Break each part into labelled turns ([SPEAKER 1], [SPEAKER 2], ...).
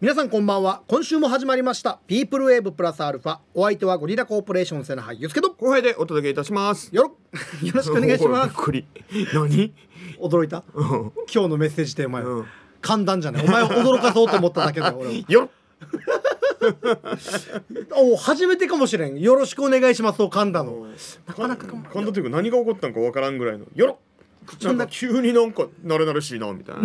[SPEAKER 1] 皆さんこんばんは今週も始まりました「ピープルウェーブプラスアルファお相手はゴリラコーポレーション瀬名俳優すけど
[SPEAKER 2] 後輩でお届けいたします。
[SPEAKER 1] よろ よろしくお願いしま
[SPEAKER 2] びっ
[SPEAKER 1] す
[SPEAKER 2] くり。何？
[SPEAKER 1] 驚いた
[SPEAKER 2] うん
[SPEAKER 1] 今日のメッセージテーマよ、
[SPEAKER 2] うん
[SPEAKER 1] 簡単じゃないお前を驚かそうと思っただけだよ俺
[SPEAKER 2] よっ。
[SPEAKER 1] お初めてかもしれんよろしくお願いしますを噛んだの
[SPEAKER 2] なかなか 簡単というか何が起こったのかわからんぐらいのよっ。
[SPEAKER 1] の
[SPEAKER 2] なん
[SPEAKER 1] 中
[SPEAKER 2] か急になんかなれなれしいなみたいな。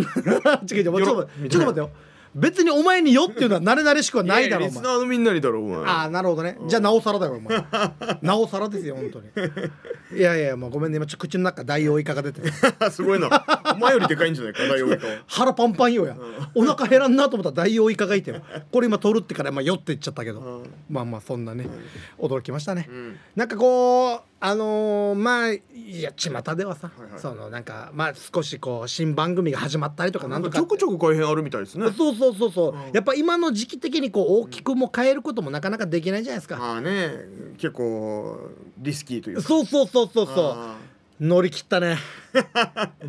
[SPEAKER 1] 違う違うちょっと待って
[SPEAKER 2] よ
[SPEAKER 1] ちょっと待ってよ別にお前によっていうのは慣れ慣れしくはないだろ
[SPEAKER 2] や
[SPEAKER 1] お
[SPEAKER 2] リス
[SPEAKER 1] 前
[SPEAKER 2] ナーのみんなにだろお前。
[SPEAKER 1] ああなるほどねじゃあなおさらだよお前なおさらですよ本当にいやいやもうごめんね今ちょ口の中大王イカが出てる
[SPEAKER 2] すごいな。お前よりでかいんじゃないか。大王と。
[SPEAKER 1] 腹パンパンよや、お腹減らんなと思ったら大王イカが いてよこれ今取るってからまあ酔って言っちゃったけど、
[SPEAKER 2] ん
[SPEAKER 1] まあまあそんなね、驚きましたね、
[SPEAKER 2] ん
[SPEAKER 1] なんかこうあのーまあいや巷ではさ、
[SPEAKER 2] はいはい
[SPEAKER 1] そのなんかまあ少しこう新番組が始まったりとかな
[SPEAKER 2] なんん
[SPEAKER 1] と
[SPEAKER 2] か
[SPEAKER 1] か
[SPEAKER 2] ちょくちょく改変あるみたいです ね。
[SPEAKER 1] そうそうそうそう、
[SPEAKER 2] うん
[SPEAKER 1] やっぱ今の時期的にこう大きくも変えることもなかなかできないじゃないですか、
[SPEAKER 2] まあね、結構リスキーというか。
[SPEAKER 1] そうそうそうそうそう
[SPEAKER 2] あ
[SPEAKER 1] 乗り切った ね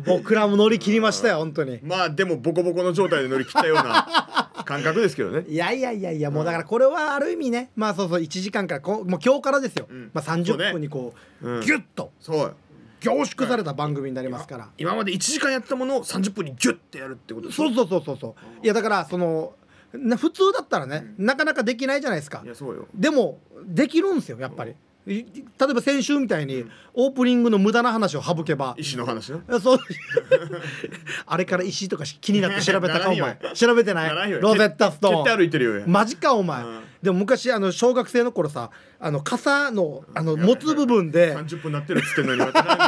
[SPEAKER 1] 僕らも乗り切りましたよ本当に
[SPEAKER 2] ーまあでもボコボコの状態で乗り切ったような感覚ですけどね。
[SPEAKER 1] いやいやいやいやもうだからこれはある意味ねまあそうそう1時間からこうもう今日からですよ、
[SPEAKER 2] うん
[SPEAKER 1] まあ、
[SPEAKER 2] そうね
[SPEAKER 1] 30分にこう
[SPEAKER 2] うん
[SPEAKER 1] ギュッと
[SPEAKER 2] そう。
[SPEAKER 1] 凝縮された番組になりますから、
[SPEAKER 2] 今まで1時間やったものを30分にギュッてやるってこと
[SPEAKER 1] そうそうそうそうそういやだからそのな普通だったらね、なかなかできないじゃないですか
[SPEAKER 2] いやそうよ
[SPEAKER 1] でもできるんですよやっぱり、い例えば先週みたいに、オープニングの無駄な話を省けば
[SPEAKER 2] 石の話な
[SPEAKER 1] そう あれから石とかし気になって調べたかお
[SPEAKER 2] ならんよ
[SPEAKER 1] 前調べて
[SPEAKER 2] なら
[SPEAKER 1] なんい
[SPEAKER 2] よ
[SPEAKER 1] ロゼッタスト
[SPEAKER 2] 絶対
[SPEAKER 1] ー
[SPEAKER 2] 歩
[SPEAKER 1] ン
[SPEAKER 2] いてるよ
[SPEAKER 1] マジかお前、
[SPEAKER 2] うん
[SPEAKER 1] でも昔あの小学生の頃さあの傘のあの持つ部分で
[SPEAKER 2] 30分なってるっつってんのにまたなんか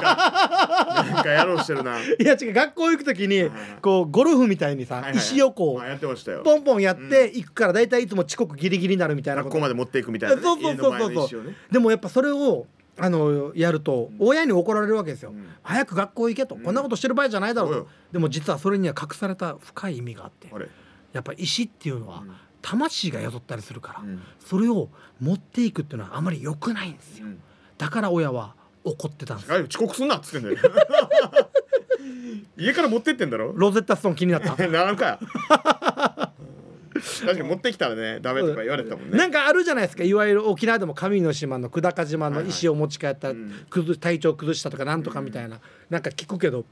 [SPEAKER 2] なんかやろうしてるない
[SPEAKER 1] や 違う学校行く時にこうゴルフみたいにさ、
[SPEAKER 2] はいはい
[SPEAKER 1] 石をこ
[SPEAKER 2] あ
[SPEAKER 1] う
[SPEAKER 2] やってましたよ
[SPEAKER 1] ポンポンやっていくから大体いつも遅刻ギリギリになるみたいな
[SPEAKER 2] 学
[SPEAKER 1] こ
[SPEAKER 2] 校
[SPEAKER 1] と
[SPEAKER 2] まで持っていくみたいなね
[SPEAKER 1] そうそうそうそう
[SPEAKER 2] 家の前の石をね
[SPEAKER 1] でもやっぱそれをあのやると親に怒られるわけですよ、
[SPEAKER 2] ん
[SPEAKER 1] 早く学校行けと、こんなことしてる場合じゃないだろう
[SPEAKER 2] そう
[SPEAKER 1] と
[SPEAKER 2] よ
[SPEAKER 1] でも実はそれには隠された深い意味があって
[SPEAKER 2] あれ
[SPEAKER 1] やっぱ石っていうのは
[SPEAKER 2] うん
[SPEAKER 1] 魂が宿ったりするから、
[SPEAKER 2] うん
[SPEAKER 1] それを持っていくっていうのはあまり良くないんですよだから親は怒ってたんです
[SPEAKER 2] あれ遅刻すんなっつってんだよ家から持ってってんだろ
[SPEAKER 1] ロゼッタストーン気になった
[SPEAKER 2] ならんかよ確かに持ってきたらねダメとか言われてたもんね
[SPEAKER 1] なんかあるじゃないですかいわゆる沖縄でも神の島の久高島の石を持ち帰ったら
[SPEAKER 2] はいはいうん
[SPEAKER 1] 崩し体調崩したとかなんとかみたいな、なんか聞くけど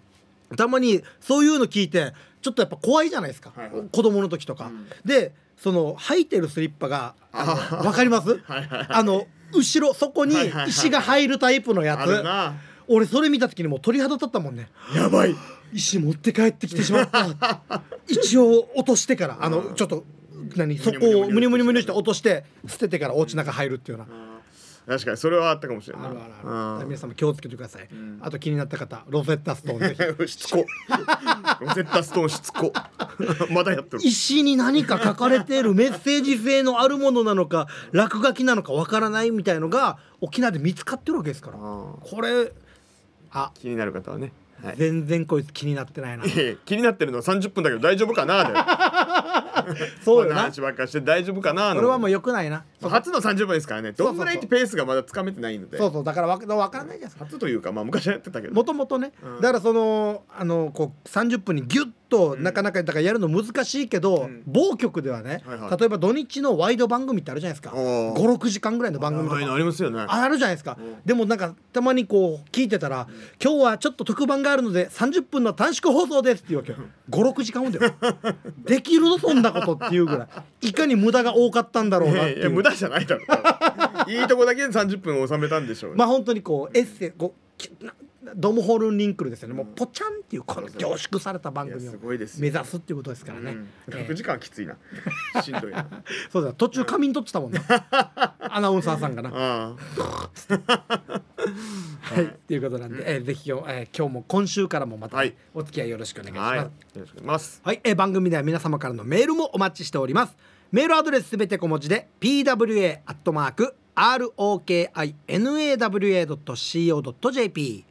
[SPEAKER 1] たまにそういうの聞いてちょっとやっぱ怖いじゃないですか、
[SPEAKER 2] はいはい
[SPEAKER 1] 子供の時とか。
[SPEAKER 2] うん
[SPEAKER 1] でその履いてるスリッパがあのわかります
[SPEAKER 2] はいはいはい
[SPEAKER 1] あの後ろそこに
[SPEAKER 2] はいはいはい
[SPEAKER 1] 石が入るタイプのや
[SPEAKER 2] あ
[SPEAKER 1] つ、
[SPEAKER 2] るな
[SPEAKER 1] 俺それ見た時にもう鳥肌立ったもんね
[SPEAKER 2] やばい
[SPEAKER 1] 石持って帰ってきてしまった 一応落としてからあのちょっと何そこをムニ
[SPEAKER 2] むにゅむにゅ
[SPEAKER 1] ムニムニして落として捨ててからお家の中入るっていうような。
[SPEAKER 2] 確かにそれはあったかもしれない
[SPEAKER 1] あるある
[SPEAKER 2] うん
[SPEAKER 1] ある皆さんも気をつけてください、
[SPEAKER 2] ん
[SPEAKER 1] あと気になった方ロゼッタストーンぜひ
[SPEAKER 2] しつこロゼッタストーンしつこまだ やってる
[SPEAKER 1] 石に何か書かれているメッセージ性のあるものなのか落書きなのかわからないみたいのが沖縄で見つかってるわけですから
[SPEAKER 2] あ
[SPEAKER 1] これあ
[SPEAKER 2] 気になる方はね、はい、
[SPEAKER 1] 全然こいつ気になってないな
[SPEAKER 2] いやいや気になってるのは30分だけど大丈夫かなで
[SPEAKER 1] そう
[SPEAKER 2] こん
[SPEAKER 1] よ
[SPEAKER 2] な
[SPEAKER 1] な
[SPEAKER 2] 話ばっかりして大丈夫かな
[SPEAKER 1] こ
[SPEAKER 2] の
[SPEAKER 1] れはもう良くないなそう
[SPEAKER 2] 初の30分ですからねどんぐらいってペースがまだつかめてないので
[SPEAKER 1] そうそうだからわわからないじゃないですか
[SPEAKER 2] 初というかまあ昔はやってたけど
[SPEAKER 1] もともとね、
[SPEAKER 2] うん
[SPEAKER 1] だからそのあのこう30分にギュッとなかなかだからやるの難しいけど、
[SPEAKER 2] ん
[SPEAKER 1] 某局ではね、
[SPEAKER 2] はいはい
[SPEAKER 1] 例えば土日のワイド番組ってあるじゃないですか
[SPEAKER 2] おー
[SPEAKER 1] 56時間ぐらいの番組と
[SPEAKER 2] 長いのあ
[SPEAKER 1] か
[SPEAKER 2] りますよね
[SPEAKER 1] あるじゃないですか、
[SPEAKER 2] ん
[SPEAKER 1] でもなんかたまにこう聞いてたら、今日はちょっと特番があるので30分の短縮放送です」っていうわけよ56時間ほんだよ できるのそんなことっていうぐらいいかに無駄が多かったんだろうなってい
[SPEAKER 2] ねいうや無駄じゃないだろ 多分いいとこだけで30分収めたんでしょうね
[SPEAKER 1] まあ本当にこうエッセイこうきなドムホルンリンクルですよね、もうポチャンっていうこの凝縮された番
[SPEAKER 2] いや
[SPEAKER 1] 組を
[SPEAKER 2] すごいです
[SPEAKER 1] 目
[SPEAKER 2] よ
[SPEAKER 1] 指すっていうことですからね、え
[SPEAKER 2] 6
[SPEAKER 1] ー
[SPEAKER 2] 時間はきついなしんどいな
[SPEAKER 1] そうだ途中仮眠取ってたもん ねアナウンサーさんがな
[SPEAKER 2] あ
[SPEAKER 1] はいっていうことなんで、えーぜひよ、えー今日も今週からもまたね、
[SPEAKER 2] はい
[SPEAKER 1] お付き合いよろしくお願い
[SPEAKER 2] あ
[SPEAKER 1] します、
[SPEAKER 2] は
[SPEAKER 1] はい
[SPEAKER 2] いよろしくお願いします
[SPEAKER 1] えー番組では皆様からのメールもお待ちしておりますメールアドレスすべて小文字で pwa アットマーク rokinawa.co.jp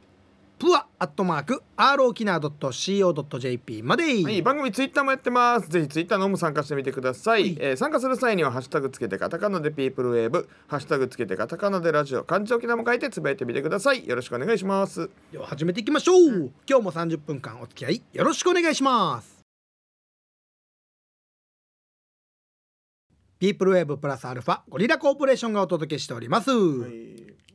[SPEAKER 1] プアアットマーク rokina.co.jp まで、
[SPEAKER 2] はい、番組ツイッターもやってます。ぜひツイッターの方も参加してみてください。
[SPEAKER 1] はい
[SPEAKER 2] えー参加する際にはハッシュタグつけてカタカナでピープルウェーブ、ハッシュタグつけてカタカナでラジオ、漢字沖縄も書いてつぶやいてみてください。よろしくお願いします。
[SPEAKER 1] では始めていきましょう、今日も30分間お付き合いよろしくお願いしますピープルウェーブプラスアルファゴリラコーポレーションがお届けしております、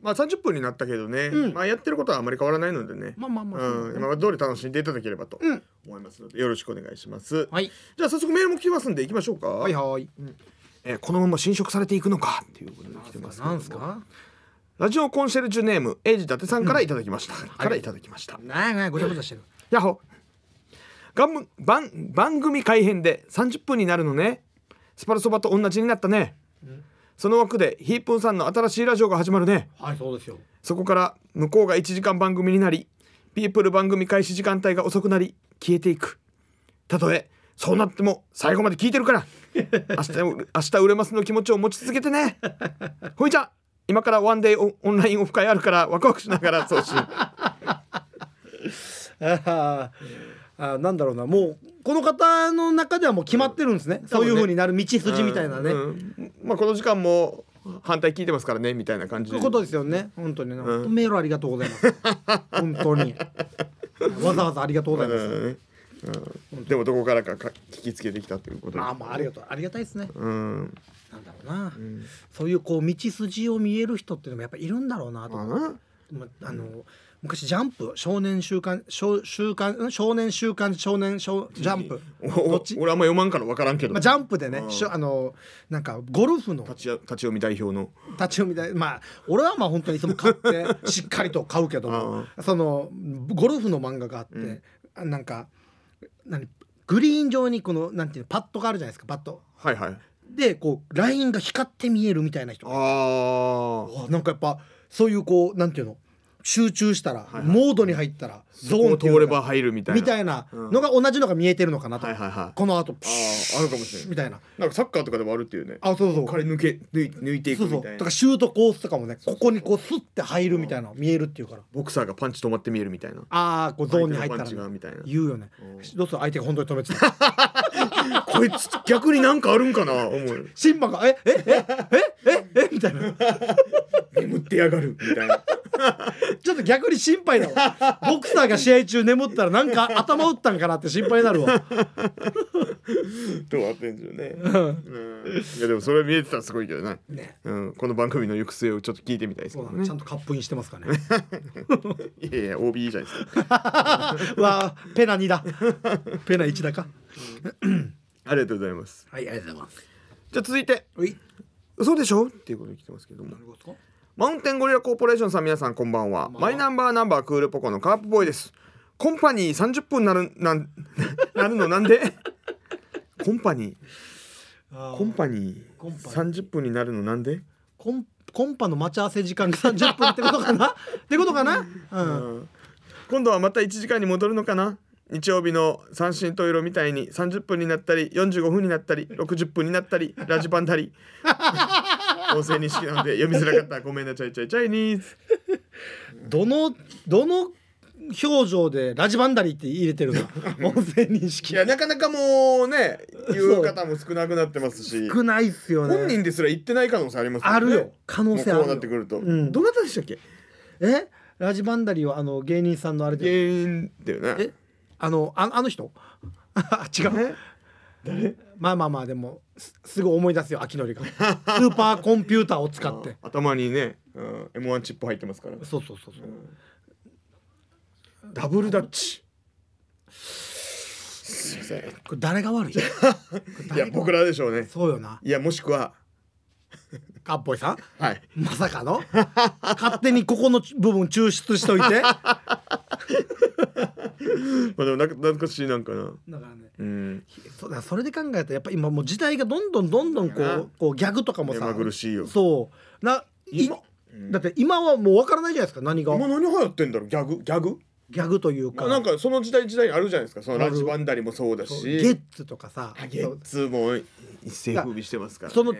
[SPEAKER 2] まあ30分になったけどね、
[SPEAKER 1] うん
[SPEAKER 2] まあやってることはあまり変わらないのでね、
[SPEAKER 1] まあまあまあそう
[SPEAKER 2] うん、今まで通り楽しんでいただければと
[SPEAKER 1] うん
[SPEAKER 2] 思いますので、よろしくお願いします。
[SPEAKER 1] はい
[SPEAKER 2] じゃあ早速メールも来てますんで行きましょうか。
[SPEAKER 1] はいはい
[SPEAKER 2] えーこのまま侵食されていくのかっていうことで来てますけども。
[SPEAKER 1] なんすか
[SPEAKER 2] ラジオコンシェルジュネームエイジ伊達さんからいただきました。からいただきました。
[SPEAKER 1] なあなあごちゃごちゃしてる
[SPEAKER 2] やっほがんむ番番組改編で30分になるのねスパルそばと同じになったね、その枠でヒープンさんの新しいラジオが始まるね
[SPEAKER 1] はいそうですよ
[SPEAKER 2] そこから向こうが1時間番組になりピープル番組開始時間帯が遅くなり消えていくたとえそうなっても最後まで聞いてるから明日う明日売れますの気持ちを持ち続けてねほいじゃ今からワンデイオオンラインオフ会あるからワクワクしながら送信
[SPEAKER 1] あーあなんだろうなもうこの方の中ではもう決まってるんですね、そういう風になる道筋みたいなね、
[SPEAKER 2] うんまあこの時間も反対聞いてますからねみたいな感じ
[SPEAKER 1] とい
[SPEAKER 2] で
[SPEAKER 1] うことですよね本当にね、本当メールありがとうございます 本当にわざわざありがとうございます、
[SPEAKER 2] うんうんでもどこからかか聞きつけてきたということで
[SPEAKER 1] まあまあありがとうありがたいですね
[SPEAKER 2] うん
[SPEAKER 1] なんだろうな、そういうこう道筋を見える人っていうのもやっぱいるんだろうなと、
[SPEAKER 2] まあな
[SPEAKER 1] まあの昔ジャンプ少年週刊少週刊ん少年週刊少年少ジャンプ
[SPEAKER 2] お
[SPEAKER 1] どっち
[SPEAKER 2] 俺あんま読まんから分からんけど、
[SPEAKER 1] まあ、ジャンプでね、しょあのなんかゴルフの
[SPEAKER 2] 立ちや立ち読み代表の
[SPEAKER 1] 立ち読みでまあ俺はまあ本当にいつも買 ってしっかりと買うけどもそのゴルフの漫画があって、あなんか何グリーン上にこのなんていうのパッドがあるじゃないですかパッド
[SPEAKER 2] はいはい
[SPEAKER 1] でこうラインが光って見えるみたいな人
[SPEAKER 2] ああ
[SPEAKER 1] あなんかやっぱそういうこうなんていうの集中したら、
[SPEAKER 2] はい
[SPEAKER 1] モードに入ったらゾーンってい
[SPEAKER 2] 通
[SPEAKER 1] うの
[SPEAKER 2] れ
[SPEAKER 1] が
[SPEAKER 2] ば入るみたいな
[SPEAKER 1] みたいなのが同じのが見えてるのかなと、
[SPEAKER 2] はいはいはい
[SPEAKER 1] この後プ
[SPEAKER 2] あ
[SPEAKER 1] シ
[SPEAKER 2] ーあるかもしれ
[SPEAKER 1] ュ
[SPEAKER 2] な
[SPEAKER 1] み
[SPEAKER 2] い
[SPEAKER 1] たいな
[SPEAKER 2] なんかサッカーとかでもあるっていうね
[SPEAKER 1] あそうそう
[SPEAKER 2] 彼抜け抜い抜いていく
[SPEAKER 1] そう
[SPEAKER 2] みた
[SPEAKER 1] そ
[SPEAKER 2] いうな
[SPEAKER 1] とかシュートコースとかもねここにこうスッて入るみたいな見えるっていうから
[SPEAKER 2] ボクサーがパンチ止まって見えるみたいな
[SPEAKER 1] ああこうゾーンに入った
[SPEAKER 2] 相手のパ
[SPEAKER 1] ら
[SPEAKER 2] ンチがみたいな
[SPEAKER 1] 言うよねどうする相手が本当に止めてた
[SPEAKER 2] こいつ逆になんかあるんかな思う
[SPEAKER 1] 審判が「ええええええみたいな
[SPEAKER 2] 眠ってやがるみたいな
[SPEAKER 1] ちょっと逆に心配だ わボクサーが試合中眠ったらなんか頭打ったんかなって心配になる わ
[SPEAKER 2] どうなってんじゃねうんいやでもそれ見えてたらすごいけどね
[SPEAKER 1] ね
[SPEAKER 2] うん、この番組の行く末をちょっと聞いてみたいですけ
[SPEAKER 1] そう
[SPEAKER 2] ど
[SPEAKER 1] だね
[SPEAKER 2] ね
[SPEAKER 1] ちゃんとカップインしてますかね
[SPEAKER 2] いやいや OB いいじゃないですか
[SPEAKER 1] うわーペナ2だ ペナ1だか
[SPEAKER 2] ありがとうございます
[SPEAKER 1] はいありがとうございます
[SPEAKER 2] じゃあ続いて
[SPEAKER 1] はい
[SPEAKER 2] 嘘でしょっていうことに来てますけどもマウンテンゴリラコーポレーションさん皆さんこんばんは、マイナンバーナンバークールポコのカープボーイですコンパニー30分なるなん なるのなんでコンパニーコンパニ
[SPEAKER 1] コン
[SPEAKER 2] ー
[SPEAKER 1] パニ
[SPEAKER 2] 30分になるのなんで
[SPEAKER 1] コンコンパの待ち合わせ時間が30分ってことかな ってことかなうん
[SPEAKER 2] 今度はまた1時間に戻るのかな日曜日の三振と色みたいに30分になったり45分になったり60分になったりラジバンだり音声認識なので読みづらかったらごめんなちゃいちゃいちゃいにーす
[SPEAKER 1] どのどの表情でラジバンダリーって入れてる の音声認
[SPEAKER 2] い
[SPEAKER 1] 識
[SPEAKER 2] やなかなかもうね言う方も少なくなってますし
[SPEAKER 1] 少ないっすよね
[SPEAKER 2] 本人ですら言ってない可能性あります
[SPEAKER 1] あるよ
[SPEAKER 2] ね
[SPEAKER 1] 可能性あるよ
[SPEAKER 2] もうこうなってくると、
[SPEAKER 1] うん
[SPEAKER 2] どなたでしたっけ
[SPEAKER 1] えラジバンダリーはあの芸人さんのあれで
[SPEAKER 2] 芸人だよね
[SPEAKER 1] えあのああの人 あ違う
[SPEAKER 2] え誰
[SPEAKER 1] まあまあまあでもすすぐ思い出すよ秋のりがスーパーコンピューターを使って
[SPEAKER 2] 頭にね、うん、M1 チップ入ってますから
[SPEAKER 1] そうそうそうそう
[SPEAKER 2] ダブルダッチすいません
[SPEAKER 1] これ誰が悪いこれ
[SPEAKER 2] い
[SPEAKER 1] 誰
[SPEAKER 2] や
[SPEAKER 1] が
[SPEAKER 2] 僕らでしょうね
[SPEAKER 1] そうよない
[SPEAKER 2] やもしくは
[SPEAKER 1] かっぽいさん
[SPEAKER 2] はい
[SPEAKER 1] まさかの勝手にここの部分抽出しといて だか
[SPEAKER 2] まあでもな懐かしいなんかな
[SPEAKER 1] らね
[SPEAKER 2] うん
[SPEAKER 1] そうだそれで考えたらやっぱ今もう時代がどんどんどんどんこ
[SPEAKER 2] そうだな
[SPEAKER 1] うこうギャグとかも
[SPEAKER 2] 目
[SPEAKER 1] さ
[SPEAKER 2] まぐるしいよ
[SPEAKER 1] そうない
[SPEAKER 2] 今
[SPEAKER 1] だって今はもう分からないじゃないですか何が
[SPEAKER 2] 今何流行ってんだろうギャグギャグ
[SPEAKER 1] ギャグという
[SPEAKER 2] ま
[SPEAKER 1] か,、
[SPEAKER 2] あなんかその時代時代にあるじゃないですかそのラジバンダリもそうだ
[SPEAKER 1] そうゲッ
[SPEAKER 2] し
[SPEAKER 1] ツとかさ
[SPEAKER 2] あゲ
[SPEAKER 1] そ
[SPEAKER 2] ッ
[SPEAKER 1] う
[SPEAKER 2] ツも一世風靡してますからね
[SPEAKER 1] その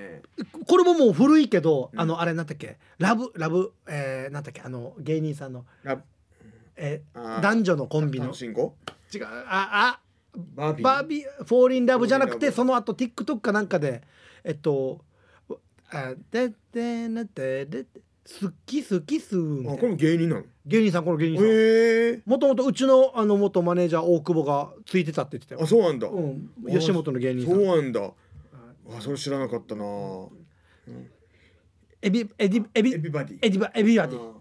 [SPEAKER 1] これももう古いけど、あのあれなんだっけラブラブ、えー、なんだっけあの芸人さんの、
[SPEAKER 2] ラ
[SPEAKER 1] え
[SPEAKER 2] あ
[SPEAKER 1] ー、
[SPEAKER 2] ー
[SPEAKER 1] 男女のコンビの
[SPEAKER 2] 単身語
[SPEAKER 1] 違うああ
[SPEAKER 2] バービー
[SPEAKER 1] バービーフォーリンラブじゃなくて
[SPEAKER 2] Fall in Love
[SPEAKER 1] その後 TikTok かなんかでえっとあででなでで好き好きすみた
[SPEAKER 2] あ
[SPEAKER 1] い
[SPEAKER 2] これ
[SPEAKER 1] な
[SPEAKER 2] も芸人なの
[SPEAKER 1] 芸人さんこの芸人さん
[SPEAKER 2] へえ
[SPEAKER 1] もともとうちのあの元マネージャー大久保がついてたって言ってた
[SPEAKER 2] あ
[SPEAKER 1] よ、
[SPEAKER 2] そうなんだ
[SPEAKER 1] うん、吉本の芸人
[SPEAKER 2] そ
[SPEAKER 1] さん
[SPEAKER 2] うなんだあそれ知らなかったな
[SPEAKER 1] エビエディエビ
[SPEAKER 2] エビバディ
[SPEAKER 1] エディバエビバディ
[SPEAKER 2] う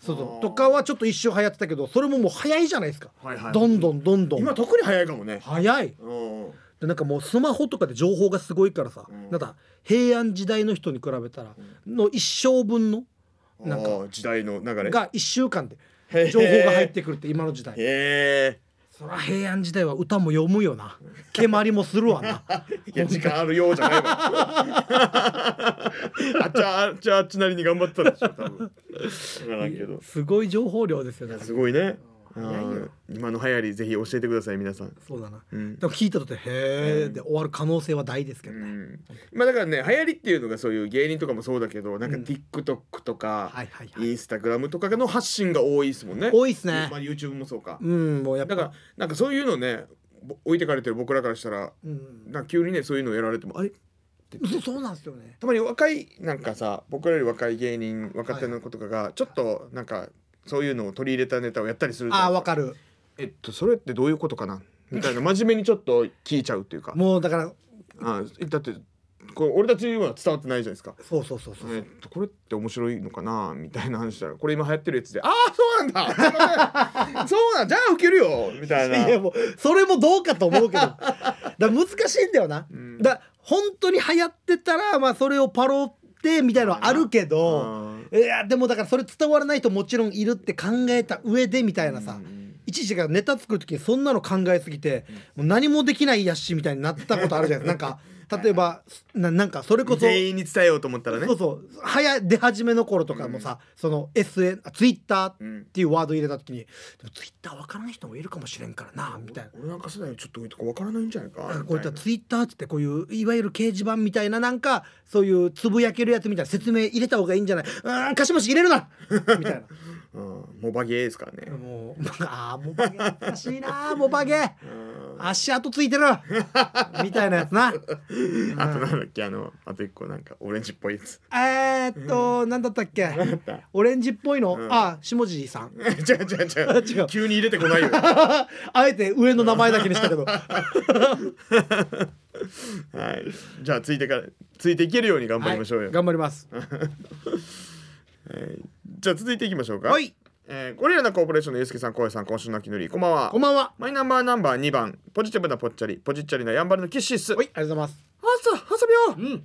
[SPEAKER 1] そう
[SPEAKER 2] あ
[SPEAKER 1] そ
[SPEAKER 2] ー
[SPEAKER 1] うとかはちょっと一瞬流行ってたけどそれももう早いじゃないですか、
[SPEAKER 2] はいはい
[SPEAKER 1] どんどんどんど
[SPEAKER 2] ん
[SPEAKER 1] ん
[SPEAKER 2] 今特に早いかもね
[SPEAKER 1] 早い
[SPEAKER 2] うん
[SPEAKER 1] でなんかもうスマホとかで情報がすごいからさ、
[SPEAKER 2] うん
[SPEAKER 1] なんか平安時代の人に比べたらの一生分のなんか
[SPEAKER 2] あー時代の流れ
[SPEAKER 1] が1週間で
[SPEAKER 2] へー
[SPEAKER 1] 情報が入ってくるって今の時代
[SPEAKER 2] へえ
[SPEAKER 1] そら平安時代は歌も読むよな蹴鞠もするわ な
[SPEAKER 2] いや時間あるようじ ゃないわあっちゃあっちゃあっちなりに頑張ってたんでしょ多分分からんけど
[SPEAKER 1] すごい情報量ですよね
[SPEAKER 2] すごいね
[SPEAKER 1] 早いよ
[SPEAKER 2] うん今の流行りぜひ教えてください皆さん、
[SPEAKER 1] そうだな、
[SPEAKER 2] うん
[SPEAKER 1] でも聞いたとて「へえ」で終わる可能性は大ですけど
[SPEAKER 2] う
[SPEAKER 1] ね、
[SPEAKER 2] んまあだからね流行りっていうのがそういう芸人とかもそうだけどなんか TikTok とか、
[SPEAKER 1] はいはいはい
[SPEAKER 2] インスタグラムとかの発信が多いですもんね
[SPEAKER 1] 多いっすね
[SPEAKER 2] まあ、YouTube もそうか、
[SPEAKER 1] うんもうやっぱ
[SPEAKER 2] だからなんかそういうのねぼ置いてかれてる僕らからしたら
[SPEAKER 1] うん、
[SPEAKER 2] なんか急にねそういうのやられてもあれ
[SPEAKER 1] そうそうなんですよね
[SPEAKER 2] たまに若いなんかさ僕らより若い芸人若手の子とかがちょっとなんかそういうのを取り入れたネタをやったりするじゃ
[SPEAKER 1] あ
[SPEAKER 2] ない
[SPEAKER 1] あ
[SPEAKER 2] です
[SPEAKER 1] わかる
[SPEAKER 2] えっとそれってどういうことかなみたいな真面目にちょっと聞いちゃうっていうか
[SPEAKER 1] もうだから
[SPEAKER 2] あだってこれ俺たちには伝わってないじゃないですか。
[SPEAKER 1] そうそうそうそう、
[SPEAKER 2] えっとこれって面白いのかなみたいな話したらこれ今流行ってるやつで「ああそう なんだそうなんじゃあウケるよ」みたいない
[SPEAKER 1] やもうそれもどうかと思う けどだから難しいんだよな、
[SPEAKER 2] ん
[SPEAKER 1] だから本当に流行ってたらまあそれをパロってみたいのはあるけど、
[SPEAKER 2] あ
[SPEAKER 1] いやでもだからそれ伝わらないともちろんいるって考えた上でみたいなさ、
[SPEAKER 2] ーうん
[SPEAKER 1] いちいちがネタ作る時にそんなの考えすぎて、もう何もできないやっしみたいになったことあるじゃないですかな んか例えばななんかそれこそ
[SPEAKER 2] 全員に伝えようと思ったらね
[SPEAKER 1] そうそう早出始めの頃とかもさ、その SN あツイッターっていうワード入れた時に、でもツイッター分からない人もいるかもしれんからなみたいな。
[SPEAKER 2] 俺なんか世代ちょっと多いとかわからないんじゃないか
[SPEAKER 1] なんかこういった
[SPEAKER 2] み
[SPEAKER 1] ツイッターってってこういういわゆる掲示板みたいななんかそういうつぶやけるやつみたいな説明入れた方がいいんじゃないうーんかしもし入れる なみたい
[SPEAKER 2] たいなうんモバゲーですからね
[SPEAKER 1] なもうあーモバゲ懐かしいなモバゲ
[SPEAKER 2] うん
[SPEAKER 1] 足跡ついてるみたいなやつな
[SPEAKER 2] あとなんだっけあのあと一個なんかオレンジっぽいやつ
[SPEAKER 1] えーっとなんだったっけ
[SPEAKER 2] た
[SPEAKER 1] オレンジっぽいの、
[SPEAKER 2] うん
[SPEAKER 1] あ下地さん
[SPEAKER 2] 違う違う違う
[SPEAKER 1] 違う
[SPEAKER 2] 急に入れてこない よ
[SPEAKER 1] あえて上の名前だけにしたけ ど
[SPEAKER 2] はいじゃあついてからついていけるように頑張りましょうよ、
[SPEAKER 1] はい頑張ります
[SPEAKER 2] はいじゃあ続いていきましょうか
[SPEAKER 1] はい
[SPEAKER 2] えー、ゴリラなコーポレーションのゆうすけさんこうへいさん今週の秋のりこんばんは
[SPEAKER 1] こんばんは
[SPEAKER 2] マイナンバーナンバー2番ポジティブなぽっちゃりポジッチャリなやんばるのキッシーっす
[SPEAKER 1] はいありがとうございます
[SPEAKER 2] 朝遊びよう、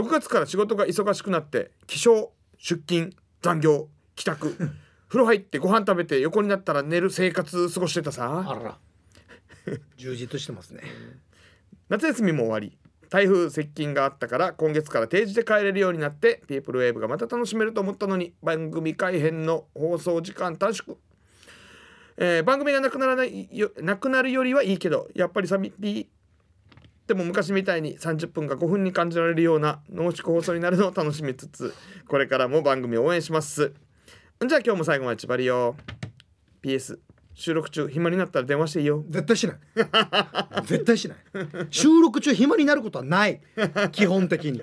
[SPEAKER 2] 6月から仕事が忙しくなって起床出勤残業帰 宅風呂入ってご飯食べて横になったら寝る生活過ごしてた
[SPEAKER 1] あ
[SPEAKER 2] さ
[SPEAKER 1] らら充実してますね
[SPEAKER 2] 夏休みも終わり台風接近があったから今月から定時で帰れるようになってピープルウェーブがまた楽しめると思ったのに番組改編の放送時間短縮えー番組がなくならないよなくなるよりはいいけどやっぱりサミピーでも昔みたいに30分か5分に感じられるような濃縮放送になるのを楽しみつつこれからも番組を応援しますじゃあ今日も最後までちばりよ PS 収録中暇になったら電話していいよ
[SPEAKER 1] 絶対しない 絶対しない収録中暇になることはない基本的に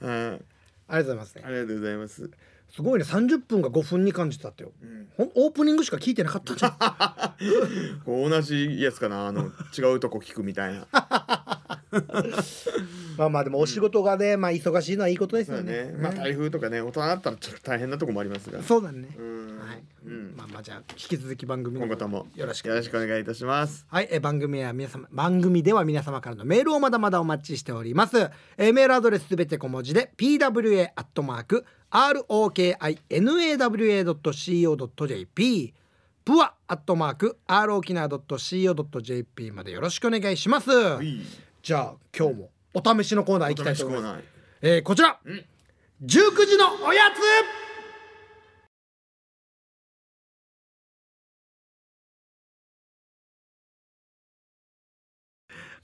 [SPEAKER 2] はい
[SPEAKER 1] ありがとうございますね
[SPEAKER 2] ありがとうございます
[SPEAKER 1] すごいね30分が5分に感じたってよ、ほんオープニングしか聞いてなかったじゃん
[SPEAKER 2] こう同じやつかなあの違うとこ聞くみたい な
[SPEAKER 1] まあまあでもお仕事がね、まあ忙しいのはいいことです
[SPEAKER 2] そう
[SPEAKER 1] よ
[SPEAKER 2] だ
[SPEAKER 1] ね
[SPEAKER 2] ねまあ台風とかね大人だったらちょっと大変なとこもありますが
[SPEAKER 1] そうだね
[SPEAKER 2] うん
[SPEAKER 1] はい、
[SPEAKER 2] うん
[SPEAKER 1] まあまあじゃあ引き続き番組の
[SPEAKER 2] 今後とも
[SPEAKER 1] よろしく
[SPEAKER 2] よろしくお願いいたします
[SPEAKER 1] はい、えー番組は皆様番組では皆様からのメールをまだまだお待ちしております。えーメールアドレスすべて小文字で pwa アットマーク rokinawa.co.jp プアアットマーク rokina.co.jp までよろしくお願いします。
[SPEAKER 2] い
[SPEAKER 1] じゃあ今日もお試しのコーナー行きたいと思います。
[SPEAKER 2] ない
[SPEAKER 1] えーこちら、19時のおやつ。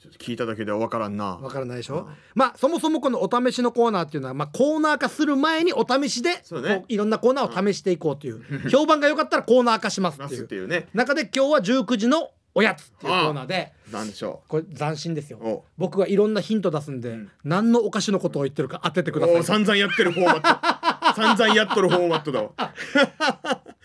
[SPEAKER 2] ちょっと聞いただけでは分からんな
[SPEAKER 1] わからないでしょ。まあそもそもこのお試しのコーナーっていうのはまあコーナー化する前にお試しで
[SPEAKER 2] そうね
[SPEAKER 1] こういろんなコーナーを試していこうという評判が良かったらコーナー化します
[SPEAKER 2] ま
[SPEAKER 1] ってい
[SPEAKER 2] すっ
[SPEAKER 1] う
[SPEAKER 2] ていうね
[SPEAKER 1] 中で今日は19時のおやつっていうコーナーで
[SPEAKER 2] なんでしょ
[SPEAKER 1] これ斬新ですよ
[SPEAKER 2] お
[SPEAKER 1] 僕はいろんなヒント出すんで
[SPEAKER 2] ん
[SPEAKER 1] 何のお菓子のことを言ってるか当てて
[SPEAKER 2] う
[SPEAKER 1] くだ
[SPEAKER 2] お
[SPEAKER 1] さ
[SPEAKER 2] ー
[SPEAKER 1] い
[SPEAKER 2] 散々やってるフォーマット散々やっとるフォーマットだわ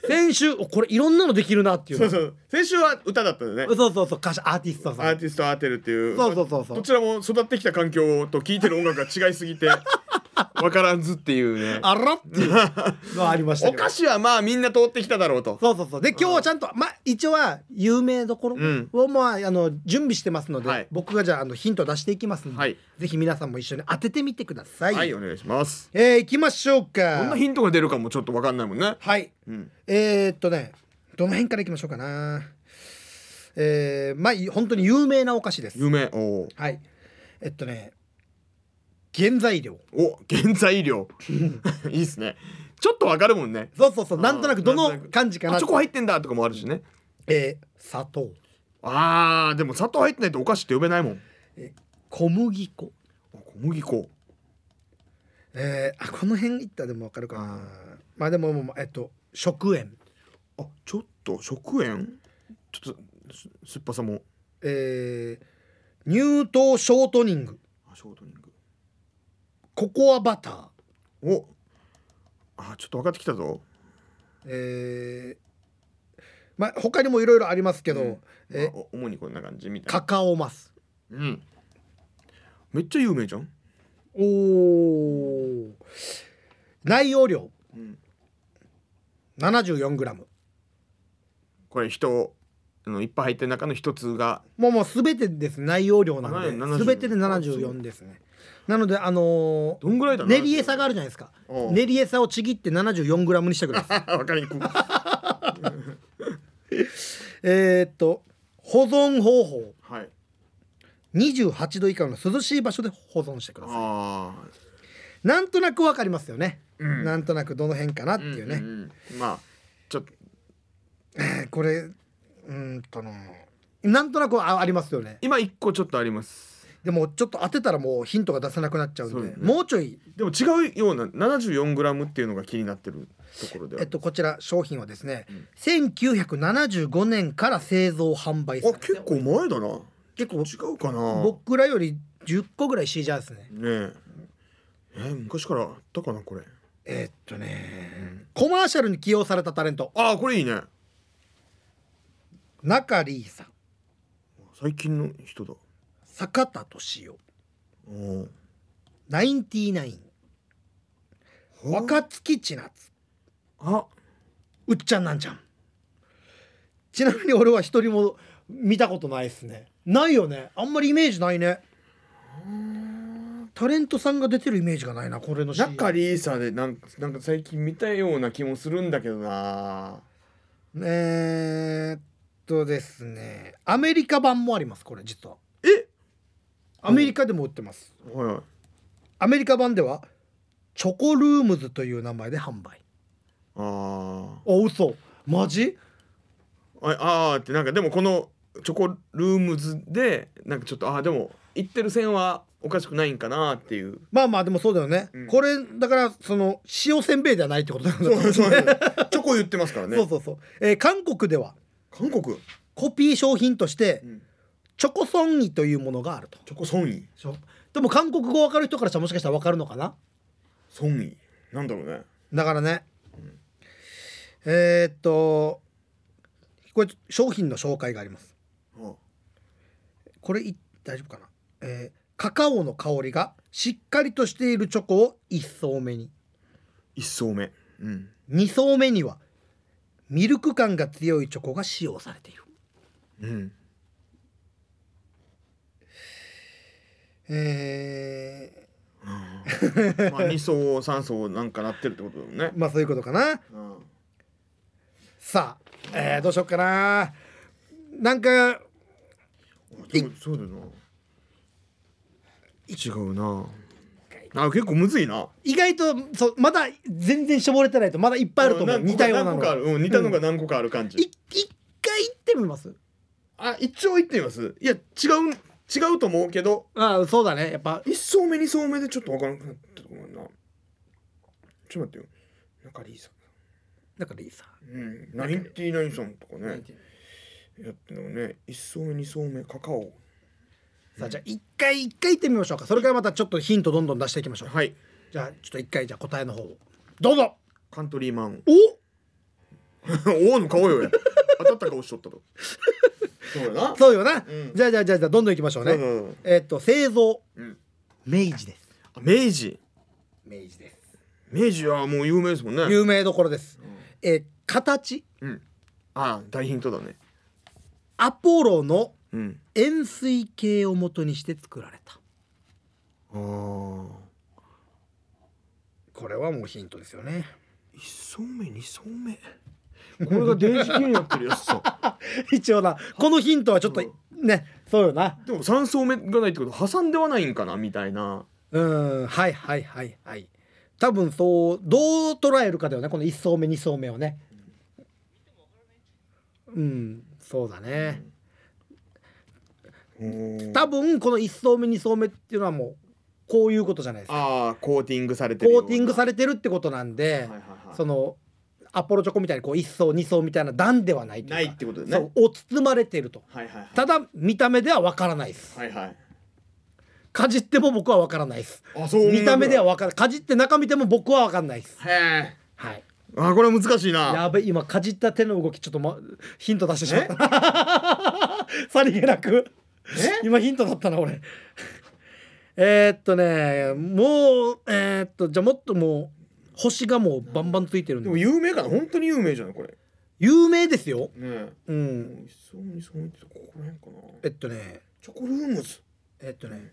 [SPEAKER 1] 先週おこれいろんなのできるなっていう
[SPEAKER 2] そう
[SPEAKER 1] の
[SPEAKER 2] そう先週は歌だったんだよね
[SPEAKER 1] そうそうそう歌手アーティスト
[SPEAKER 2] ア
[SPEAKER 1] さ
[SPEAKER 2] ー
[SPEAKER 1] ん
[SPEAKER 2] ティストを当てるっていう
[SPEAKER 1] そうそうそうそう
[SPEAKER 2] どちらも育ってきた環境と聴いてる音楽が違い すぎてわからんずっていうね
[SPEAKER 1] あらっていうのはありました
[SPEAKER 2] お
[SPEAKER 1] けど
[SPEAKER 2] 菓子はまあみんな通ってきただろうと
[SPEAKER 1] そうそうそうで今日はちゃんと、まあ一応は有名どころ
[SPEAKER 2] うん
[SPEAKER 1] を、まあ、あの準備してますので、
[SPEAKER 2] はい
[SPEAKER 1] 僕がじゃああのヒントを出していきますので、
[SPEAKER 2] はい
[SPEAKER 1] ぜひ皆さんも一緒に当ててみてください、
[SPEAKER 2] はいお願いします
[SPEAKER 1] えー、いきましょう
[SPEAKER 2] どん
[SPEAKER 1] か
[SPEAKER 2] なヒントが出るかもちょっとわかんないもんね
[SPEAKER 1] はい
[SPEAKER 2] うん
[SPEAKER 1] えー、っとねどの辺からいきましょうかなえー、まあい本当に有名なお菓子です
[SPEAKER 2] 夢おー
[SPEAKER 1] はいえっとね原材料
[SPEAKER 2] お原材料 いいっすねちょっとわかるもんね
[SPEAKER 1] そうそうそう
[SPEAKER 2] あー
[SPEAKER 1] なんとなくど
[SPEAKER 2] な
[SPEAKER 1] の
[SPEAKER 2] んとなく
[SPEAKER 1] 感じか
[SPEAKER 2] あ
[SPEAKER 1] な
[SPEAKER 2] チョコ入ってんだとかもあるしね
[SPEAKER 1] えー、砂糖
[SPEAKER 2] あーでも砂糖入ってないとお菓子って呼べないもん
[SPEAKER 1] 小麦粉
[SPEAKER 2] お小麦粉
[SPEAKER 1] えー、あこの辺いったらでもわかるかなまあでももうえっと食塩
[SPEAKER 2] あちょっと食塩ちょっとす酸っぱさも
[SPEAKER 1] えー、乳糖ショートニング
[SPEAKER 2] あショートニング
[SPEAKER 1] ココアバター、
[SPEAKER 2] おあちょっと分かってきたぞ
[SPEAKER 1] えーまあ他にもいろいろありますけど、
[SPEAKER 2] うん
[SPEAKER 1] え
[SPEAKER 2] え主にこんな感じみたい
[SPEAKER 1] カ
[SPEAKER 2] な
[SPEAKER 1] カオマス
[SPEAKER 2] うんめっちゃ有名じゃん、
[SPEAKER 1] おー内容量
[SPEAKER 2] うん、
[SPEAKER 1] 74グラム
[SPEAKER 2] これ人あのいっぱい入ってる中の一つが
[SPEAKER 1] もうもう全てです内容量な
[SPEAKER 2] 70
[SPEAKER 1] ので全てで74ですねなのであの
[SPEAKER 2] どんぐらいだ
[SPEAKER 1] ー
[SPEAKER 2] ろう
[SPEAKER 1] 練り餌が あるじゃないですか
[SPEAKER 2] おう
[SPEAKER 1] 練り餌をちぎって74グラムにしたぐらいです
[SPEAKER 2] 分かりにくいは
[SPEAKER 1] えーっと保存方法
[SPEAKER 2] い
[SPEAKER 1] 28度以下の涼しい場所で保存してくださ
[SPEAKER 2] ああ
[SPEAKER 1] いなんとなくわかりますよね、
[SPEAKER 2] うん
[SPEAKER 1] なんとなくどの辺かなっていうね、
[SPEAKER 2] んんうんまあちょっと
[SPEAKER 1] これうーんとななんとなくあありますよね
[SPEAKER 2] 今一個ちょっとあります
[SPEAKER 1] でもちょっと当てたらもうヒントが出せなくなっちゃうんで
[SPEAKER 2] そうですね
[SPEAKER 1] もうちょい、
[SPEAKER 2] でも違うような 74g っていうのが気になってるところでは
[SPEAKER 1] えっと、こちら商品はですね、
[SPEAKER 2] ん
[SPEAKER 1] 1975年から製造販売さ
[SPEAKER 2] あ
[SPEAKER 1] れて
[SPEAKER 2] 結構前だな
[SPEAKER 1] 結構
[SPEAKER 2] 違うかなね
[SPEAKER 1] 僕らより10個ぐらい C ジャーですね
[SPEAKER 2] ええー昔からあったかなこれ
[SPEAKER 1] えっとねコマーシャルに起用されたタレント
[SPEAKER 2] ああこれいいね
[SPEAKER 1] 中里依さん
[SPEAKER 2] 最近の人だ
[SPEAKER 1] 坂田敏夫
[SPEAKER 2] お
[SPEAKER 1] ナインティナイン
[SPEAKER 2] お
[SPEAKER 1] 若月千夏
[SPEAKER 2] あ
[SPEAKER 1] うっちゃんなんちゃんちなみに俺は一人も見たことないですねないよねあんまりイメージないねタレントさんが出てるイメージがないなこれの CM
[SPEAKER 2] 中リーサでなんかなんか最近見たような気もするんだけどな
[SPEAKER 1] えー、っとですねアメリカ版もありますこれ実は
[SPEAKER 2] え
[SPEAKER 1] アメリカでも売ってます、
[SPEAKER 2] はいはい
[SPEAKER 1] アメリカ版ではチョコルームズという名前で販売
[SPEAKER 2] あー
[SPEAKER 1] あ嘘マジ
[SPEAKER 2] ああーってなんかでもこのチョコルームズでなんかちょっとああでも行ってる線はおかしくないんかなっていう
[SPEAKER 1] まあまあでもそうだよね、
[SPEAKER 2] うん
[SPEAKER 1] これだからその塩せんべいではないってことなんだと思
[SPEAKER 2] そうそうチョコ言ってますからね
[SPEAKER 1] そうそうそう、えー韓国では
[SPEAKER 2] 韓国、
[SPEAKER 1] コピー商品として
[SPEAKER 2] ん、
[SPEAKER 1] チョコソンイというものがあると
[SPEAKER 2] チョコソンイ
[SPEAKER 1] でも韓国語わかる人からしたらもしかしたらわかるのかな
[SPEAKER 2] ソンイなんだろうね
[SPEAKER 1] だからね、えーっとこれ商品の紹介があります
[SPEAKER 2] あ
[SPEAKER 1] これい大丈夫かな、えーカカオの香りがしっかりとしているチョコを1層目に
[SPEAKER 2] 一層目うん
[SPEAKER 1] 2層目にはミルク感が強いチョコが使用されている
[SPEAKER 2] うん
[SPEAKER 1] えー
[SPEAKER 2] まあ二層三層なんかなってるってことだもんね
[SPEAKER 1] まあそういうことかな
[SPEAKER 2] うん
[SPEAKER 1] さあ、えーどうしようかななんか
[SPEAKER 2] でもそうだよな違うなあ結構むずいな
[SPEAKER 1] 意外とそうまだ全然絞れてないとまだいっぱいあると思う
[SPEAKER 2] なんか
[SPEAKER 1] 似たような
[SPEAKER 2] 何
[SPEAKER 1] の
[SPEAKER 2] 個かあ
[SPEAKER 1] が
[SPEAKER 2] る、うん、似たのが何個かある感じ、
[SPEAKER 1] い一回行ってみます
[SPEAKER 2] あ一応言ってみますいや違う違うと思うけど
[SPEAKER 1] ああそうだねやっぱ
[SPEAKER 2] 一層目二層目でちょっとわからなくなったと思うなちょっと待ってよ中里さん
[SPEAKER 1] だからいいさ
[SPEAKER 2] うん、ナインティナインさんとかねやってるのね一層目二層目カカオ
[SPEAKER 1] さあじゃあ一回一回行ってみましょうかそれからまたちょっとヒントどんどん出していきましょう
[SPEAKER 2] はい
[SPEAKER 1] じゃあちょっと一回じゃあ答えの方をどうぞ
[SPEAKER 2] カントリーマン
[SPEAKER 1] お
[SPEAKER 2] 王の顔よや当たった顔しとったと そうやな
[SPEAKER 1] そうよな、
[SPEAKER 2] ん
[SPEAKER 1] じゃあじゃあじゃあじゃあどんどんいきましょうね、
[SPEAKER 2] うんうんうん
[SPEAKER 1] えっと製造、
[SPEAKER 2] ん
[SPEAKER 1] 明治です
[SPEAKER 2] あ明治
[SPEAKER 1] 明治です
[SPEAKER 2] 明治はもう有名ですもんね
[SPEAKER 1] 有名どころです、えー形
[SPEAKER 2] うんああ大ヒントだね
[SPEAKER 1] アポロの
[SPEAKER 2] うん
[SPEAKER 1] 円錐形を元にして作られた
[SPEAKER 2] ああ
[SPEAKER 1] これはもうヒントですよね
[SPEAKER 2] 一層目二層目これが電子系になってるやつ さ
[SPEAKER 1] 一応なこのヒントはちょっと、ねそうよな
[SPEAKER 2] でも三層目がないってこと挟んではないんかなみたいな
[SPEAKER 1] うんはいはいはいはい多分そうどう捉えるかだよねこの1層目2層目をねうんそうだね、多分この1層目2層目っていうのはもうこういうことじゃないですか
[SPEAKER 2] ああコーティングされてる
[SPEAKER 1] コーティングさ
[SPEAKER 2] れ
[SPEAKER 1] れてるってことなんで、
[SPEAKER 2] はいはいはい
[SPEAKER 1] そのアポロチョコみたいにこう1層2層みたいな段ではないというか
[SPEAKER 2] ないってことだよね
[SPEAKER 1] そうを包まれてると
[SPEAKER 2] はいはいはい
[SPEAKER 1] ただ見た目ではわからないです
[SPEAKER 2] はいはい
[SPEAKER 1] かじっても僕はわからないです
[SPEAKER 2] あそう
[SPEAKER 1] 見た目では
[SPEAKER 2] は
[SPEAKER 1] わからかじって中見ても僕はわかんないです
[SPEAKER 2] へえ
[SPEAKER 1] はい
[SPEAKER 2] あこれ難しいな
[SPEAKER 1] やべ今かじった手の動きちょっと、ま、ヒント出してしまった さりげなく
[SPEAKER 2] え
[SPEAKER 1] 今ヒントだったな俺えーっとねもうえーっとじゃあもっともう星がもうバンバンついてるん
[SPEAKER 2] で
[SPEAKER 1] で
[SPEAKER 2] も有名かな本当に有名じゃないこれね
[SPEAKER 1] 有名ですよ
[SPEAKER 2] え
[SPEAKER 1] うん
[SPEAKER 2] 一層目二層目ってここら辺か
[SPEAKER 1] え
[SPEAKER 2] な
[SPEAKER 1] っとね
[SPEAKER 2] チョコルームズ
[SPEAKER 1] えっとね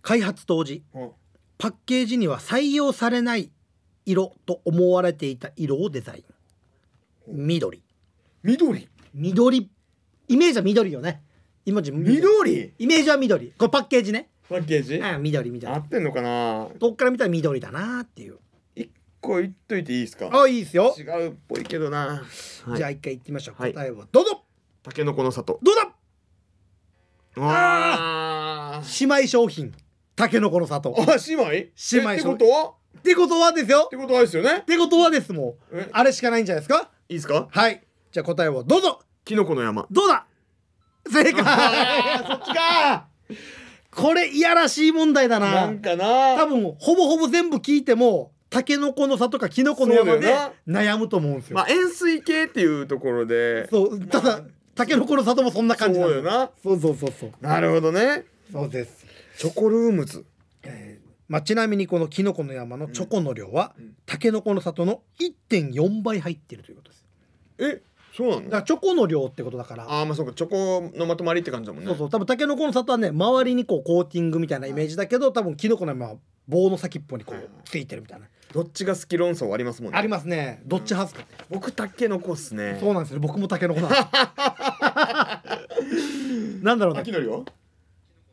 [SPEAKER 1] 開発当時
[SPEAKER 2] あ
[SPEAKER 1] パッケージには採用されない色と思われていた色をデザイン緑
[SPEAKER 2] 緑
[SPEAKER 1] 緑イメージは緑よねイメージ
[SPEAKER 2] 緑
[SPEAKER 1] イメージは緑これパッケージね
[SPEAKER 2] パッケージ
[SPEAKER 1] ああ緑みたい
[SPEAKER 2] 合
[SPEAKER 1] な
[SPEAKER 2] ってんのかな
[SPEAKER 1] どっから見たら緑だなっていう
[SPEAKER 2] 一個言っといていいですか
[SPEAKER 1] あいいですよ
[SPEAKER 2] 違うっぽいけどな、
[SPEAKER 1] じゃ
[SPEAKER 2] あ
[SPEAKER 1] あ一回行ってみましょう
[SPEAKER 2] はい
[SPEAKER 1] 答えはどうぞ
[SPEAKER 2] タケノコの里
[SPEAKER 1] どうだ
[SPEAKER 2] あー
[SPEAKER 1] 姉妹商品たけのこの里っ
[SPEAKER 2] あ姉妹姉
[SPEAKER 1] 姉妹
[SPEAKER 2] って
[SPEAKER 1] そう
[SPEAKER 2] ことは
[SPEAKER 1] てことはですよ
[SPEAKER 2] ってことはですよね
[SPEAKER 1] ってことはですもう
[SPEAKER 2] え
[SPEAKER 1] あれしかないんじゃないですか
[SPEAKER 2] いいですか
[SPEAKER 1] はいじゃあ答えをどうぞ
[SPEAKER 2] キノコの山
[SPEAKER 1] どうだ正 解
[SPEAKER 2] あーそっちか
[SPEAKER 1] これいやらしい問題だ
[SPEAKER 2] な
[SPEAKER 1] なん
[SPEAKER 2] かな
[SPEAKER 1] 多分ほぼほぼ全部聞いてもタケノコの里かキノコの山
[SPEAKER 2] そう
[SPEAKER 1] で
[SPEAKER 2] だよ
[SPEAKER 1] 悩むと思うんですよ、
[SPEAKER 2] まあ円錐系っていうところで
[SPEAKER 1] そうただタケノコの里もそんな感じなん
[SPEAKER 2] そ
[SPEAKER 1] で
[SPEAKER 2] う
[SPEAKER 1] す
[SPEAKER 2] よな
[SPEAKER 1] そうそうそうそう
[SPEAKER 2] なるほどね
[SPEAKER 1] そうです、
[SPEAKER 2] チョコルームズ
[SPEAKER 1] まあ、ちなみにこのキノコの山のチョコの量は、タケノコの里の1.4倍入ってるということです
[SPEAKER 2] えそうな
[SPEAKER 1] だ
[SPEAKER 2] の
[SPEAKER 1] からチョコの量ってことだから
[SPEAKER 2] あーまあそうかチョコのまとまりって感じだもんね
[SPEAKER 1] そうそう多分タケノコの里はね周りにこうコーティングみたいなイメージだけど多分キノコの山は棒の先っぽにこうついてるみたいな
[SPEAKER 2] どっちが好き論争ありますもんね
[SPEAKER 1] ありますねどっち派っすか、
[SPEAKER 2] 僕タケノコっすね
[SPEAKER 1] そうなんですよ僕もタケノコなんですなんだろうね
[SPEAKER 2] のりは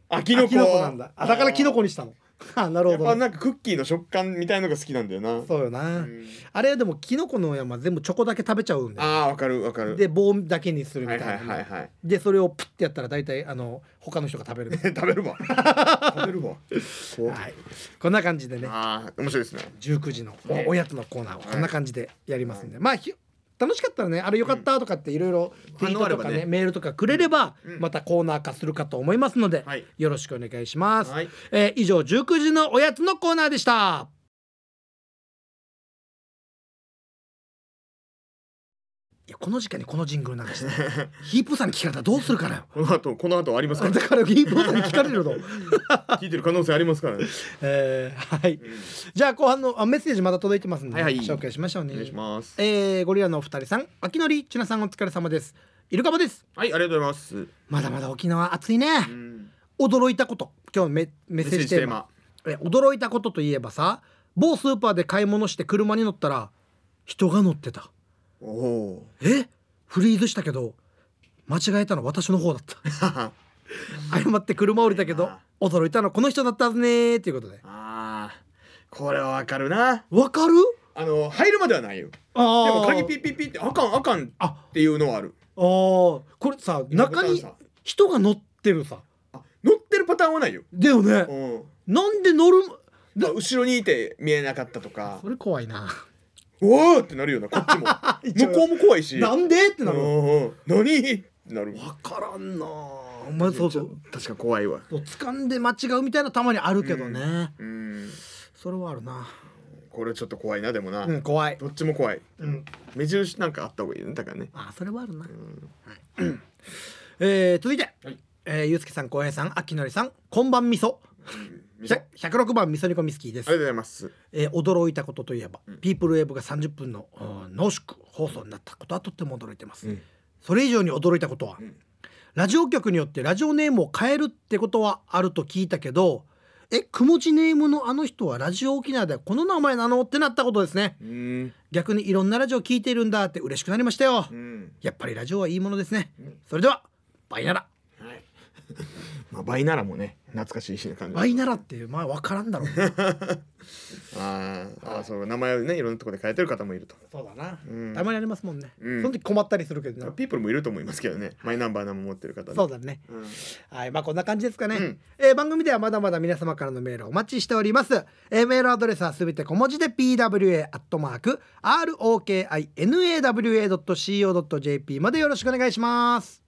[SPEAKER 2] あ
[SPEAKER 1] キ
[SPEAKER 2] キノコ
[SPEAKER 1] なんだあだからキノコにしたのあなる
[SPEAKER 2] や
[SPEAKER 1] ほど
[SPEAKER 2] っぱ
[SPEAKER 1] ね、
[SPEAKER 2] なんかクッキーの食感みたいのが好きなんだよな
[SPEAKER 1] そうよな、
[SPEAKER 2] ん
[SPEAKER 1] あれはでもキノコの山全部チョコだけ食べちゃうんで
[SPEAKER 2] ああわかるわかる
[SPEAKER 1] で棒だけにするみ
[SPEAKER 2] は
[SPEAKER 1] た
[SPEAKER 2] い
[SPEAKER 1] いな、
[SPEAKER 2] はいはいはい
[SPEAKER 1] でそれをプッてやったら大体あの他の人が食べるみたい
[SPEAKER 2] 食べるわ食べる わ
[SPEAKER 1] なはいこんな感じでね
[SPEAKER 2] ああ面白いですね
[SPEAKER 1] 19時のおおやつのコーナーをこんな感じでやりますんで、まあひ楽しかったらねあれよかったとかっていろいろツイートと
[SPEAKER 2] 反応
[SPEAKER 1] か
[SPEAKER 2] あ
[SPEAKER 1] ね
[SPEAKER 2] ればね
[SPEAKER 1] メールとかくれれば
[SPEAKER 2] うん
[SPEAKER 1] またコーナー化するかと思いますので、
[SPEAKER 2] はい
[SPEAKER 1] よろしくお願いします、
[SPEAKER 2] はい
[SPEAKER 1] えー以上19時のおやつのコーナーでしたいやこの時間にこのジングル流 してヒープーさんに聞かれたらどうするからよ
[SPEAKER 2] この後この後あります か
[SPEAKER 1] だからヒープーさんに聞かれる の、
[SPEAKER 2] ら聞いてる可能性ありますからね
[SPEAKER 1] えーはいじゃあ後半のあメッセージまだ届いてますんで、
[SPEAKER 2] はいはい
[SPEAKER 1] 紹介しましょうね
[SPEAKER 2] お願いします
[SPEAKER 1] えーゴリラのお二人さん秋のりちなさんお疲れ様ですイルカボです
[SPEAKER 2] はいありがとうございます
[SPEAKER 1] まだまだ沖縄暑いね、
[SPEAKER 2] うん
[SPEAKER 1] 驚いたこと今日メメッセージテーマえ驚いたことといえばさ某スーパーで買い物して車に乗ったら人が乗ってた
[SPEAKER 2] おお
[SPEAKER 1] えフリーズしたけど間違えたの私の方だった
[SPEAKER 2] ー
[SPEAKER 1] 謝って車降りたけど驚いたのこの人だったはずねーっていうことで
[SPEAKER 2] ああこれはわかるな
[SPEAKER 1] わかる
[SPEAKER 2] あの入るまではないよ
[SPEAKER 1] あー
[SPEAKER 2] でも鍵ピッピッピッってあかんあかん
[SPEAKER 1] あ
[SPEAKER 2] っていうのはある
[SPEAKER 1] あーこれさ中に人が乗ってるさ
[SPEAKER 2] あ乗ってるパターンはないよ、
[SPEAKER 1] だよ
[SPEAKER 2] う
[SPEAKER 1] ね
[SPEAKER 2] ん、
[SPEAKER 1] なんで乗るだ
[SPEAKER 2] あ後ろにいて見えなかった とか
[SPEAKER 1] それ怖いな
[SPEAKER 2] うわーってなるよなこっちも
[SPEAKER 1] 一応
[SPEAKER 2] 向こうも怖いし
[SPEAKER 1] なんでってなるわ
[SPEAKER 2] うんうん何ってなる
[SPEAKER 1] からんなお前そうそう
[SPEAKER 2] 確か怖いわ
[SPEAKER 1] そう掴んで間違うみたいなたまにあるけどね、
[SPEAKER 2] うん
[SPEAKER 1] それはあるな
[SPEAKER 2] これちょっと怖いなでもな、
[SPEAKER 1] うん、怖い。
[SPEAKER 2] どっちも怖い
[SPEAKER 1] うん。
[SPEAKER 2] 目印なんかあった方がいいねだからね
[SPEAKER 1] あ、それはあるな。
[SPEAKER 2] うん
[SPEAKER 1] えー、続いて、
[SPEAKER 2] はい
[SPEAKER 1] えー、ゆうすけさん、こうへいさん、あきのりさん、こんばんみそ。
[SPEAKER 2] みそあり
[SPEAKER 1] 106番みそ煮込み好きで
[SPEAKER 2] がとう
[SPEAKER 1] す、
[SPEAKER 2] ございます
[SPEAKER 1] えー、驚いたことといえば、
[SPEAKER 2] うん
[SPEAKER 1] ピープルウェーブが30分の、うん濃縮放送になったことはとっても驚いてます、
[SPEAKER 2] うん
[SPEAKER 1] それ以上に驚いたことは、
[SPEAKER 2] うん
[SPEAKER 1] ラジオ局によってラジオネームを変えるってことはあると聞いたけどえくもちネームのあの人はラジオ沖縄ではこの名前なのってなったことですね
[SPEAKER 2] うん
[SPEAKER 1] 逆にいろんなラジオ聞いてるんだって嬉しくなりましたよ、
[SPEAKER 2] うん
[SPEAKER 1] やっぱりラジオはいいものですね、
[SPEAKER 2] うん
[SPEAKER 1] それではバイナラ
[SPEAKER 2] はい まあ倍ならもね懐かしいしな感じ
[SPEAKER 1] バイナラっていうまあ分からんだろう な
[SPEAKER 2] あーあーそう名前をねいろんなところで変えてる方もいると
[SPEAKER 1] そうだな、
[SPEAKER 2] うん
[SPEAKER 1] たまにありますもんね、
[SPEAKER 2] うん
[SPEAKER 1] その時困ったりするけどな
[SPEAKER 2] ピープルもいると思いますけどねマイナンバーナンバー持ってる方ね
[SPEAKER 1] そうだね
[SPEAKER 2] うん
[SPEAKER 1] はい、まあこんな感じですかね、
[SPEAKER 2] うん
[SPEAKER 1] えー番組ではまだまだ皆様からのメールをお待ちしております、えーメールアドレスはすべて小文字で pwa.rokinawa.co.jp までよろしくお願いします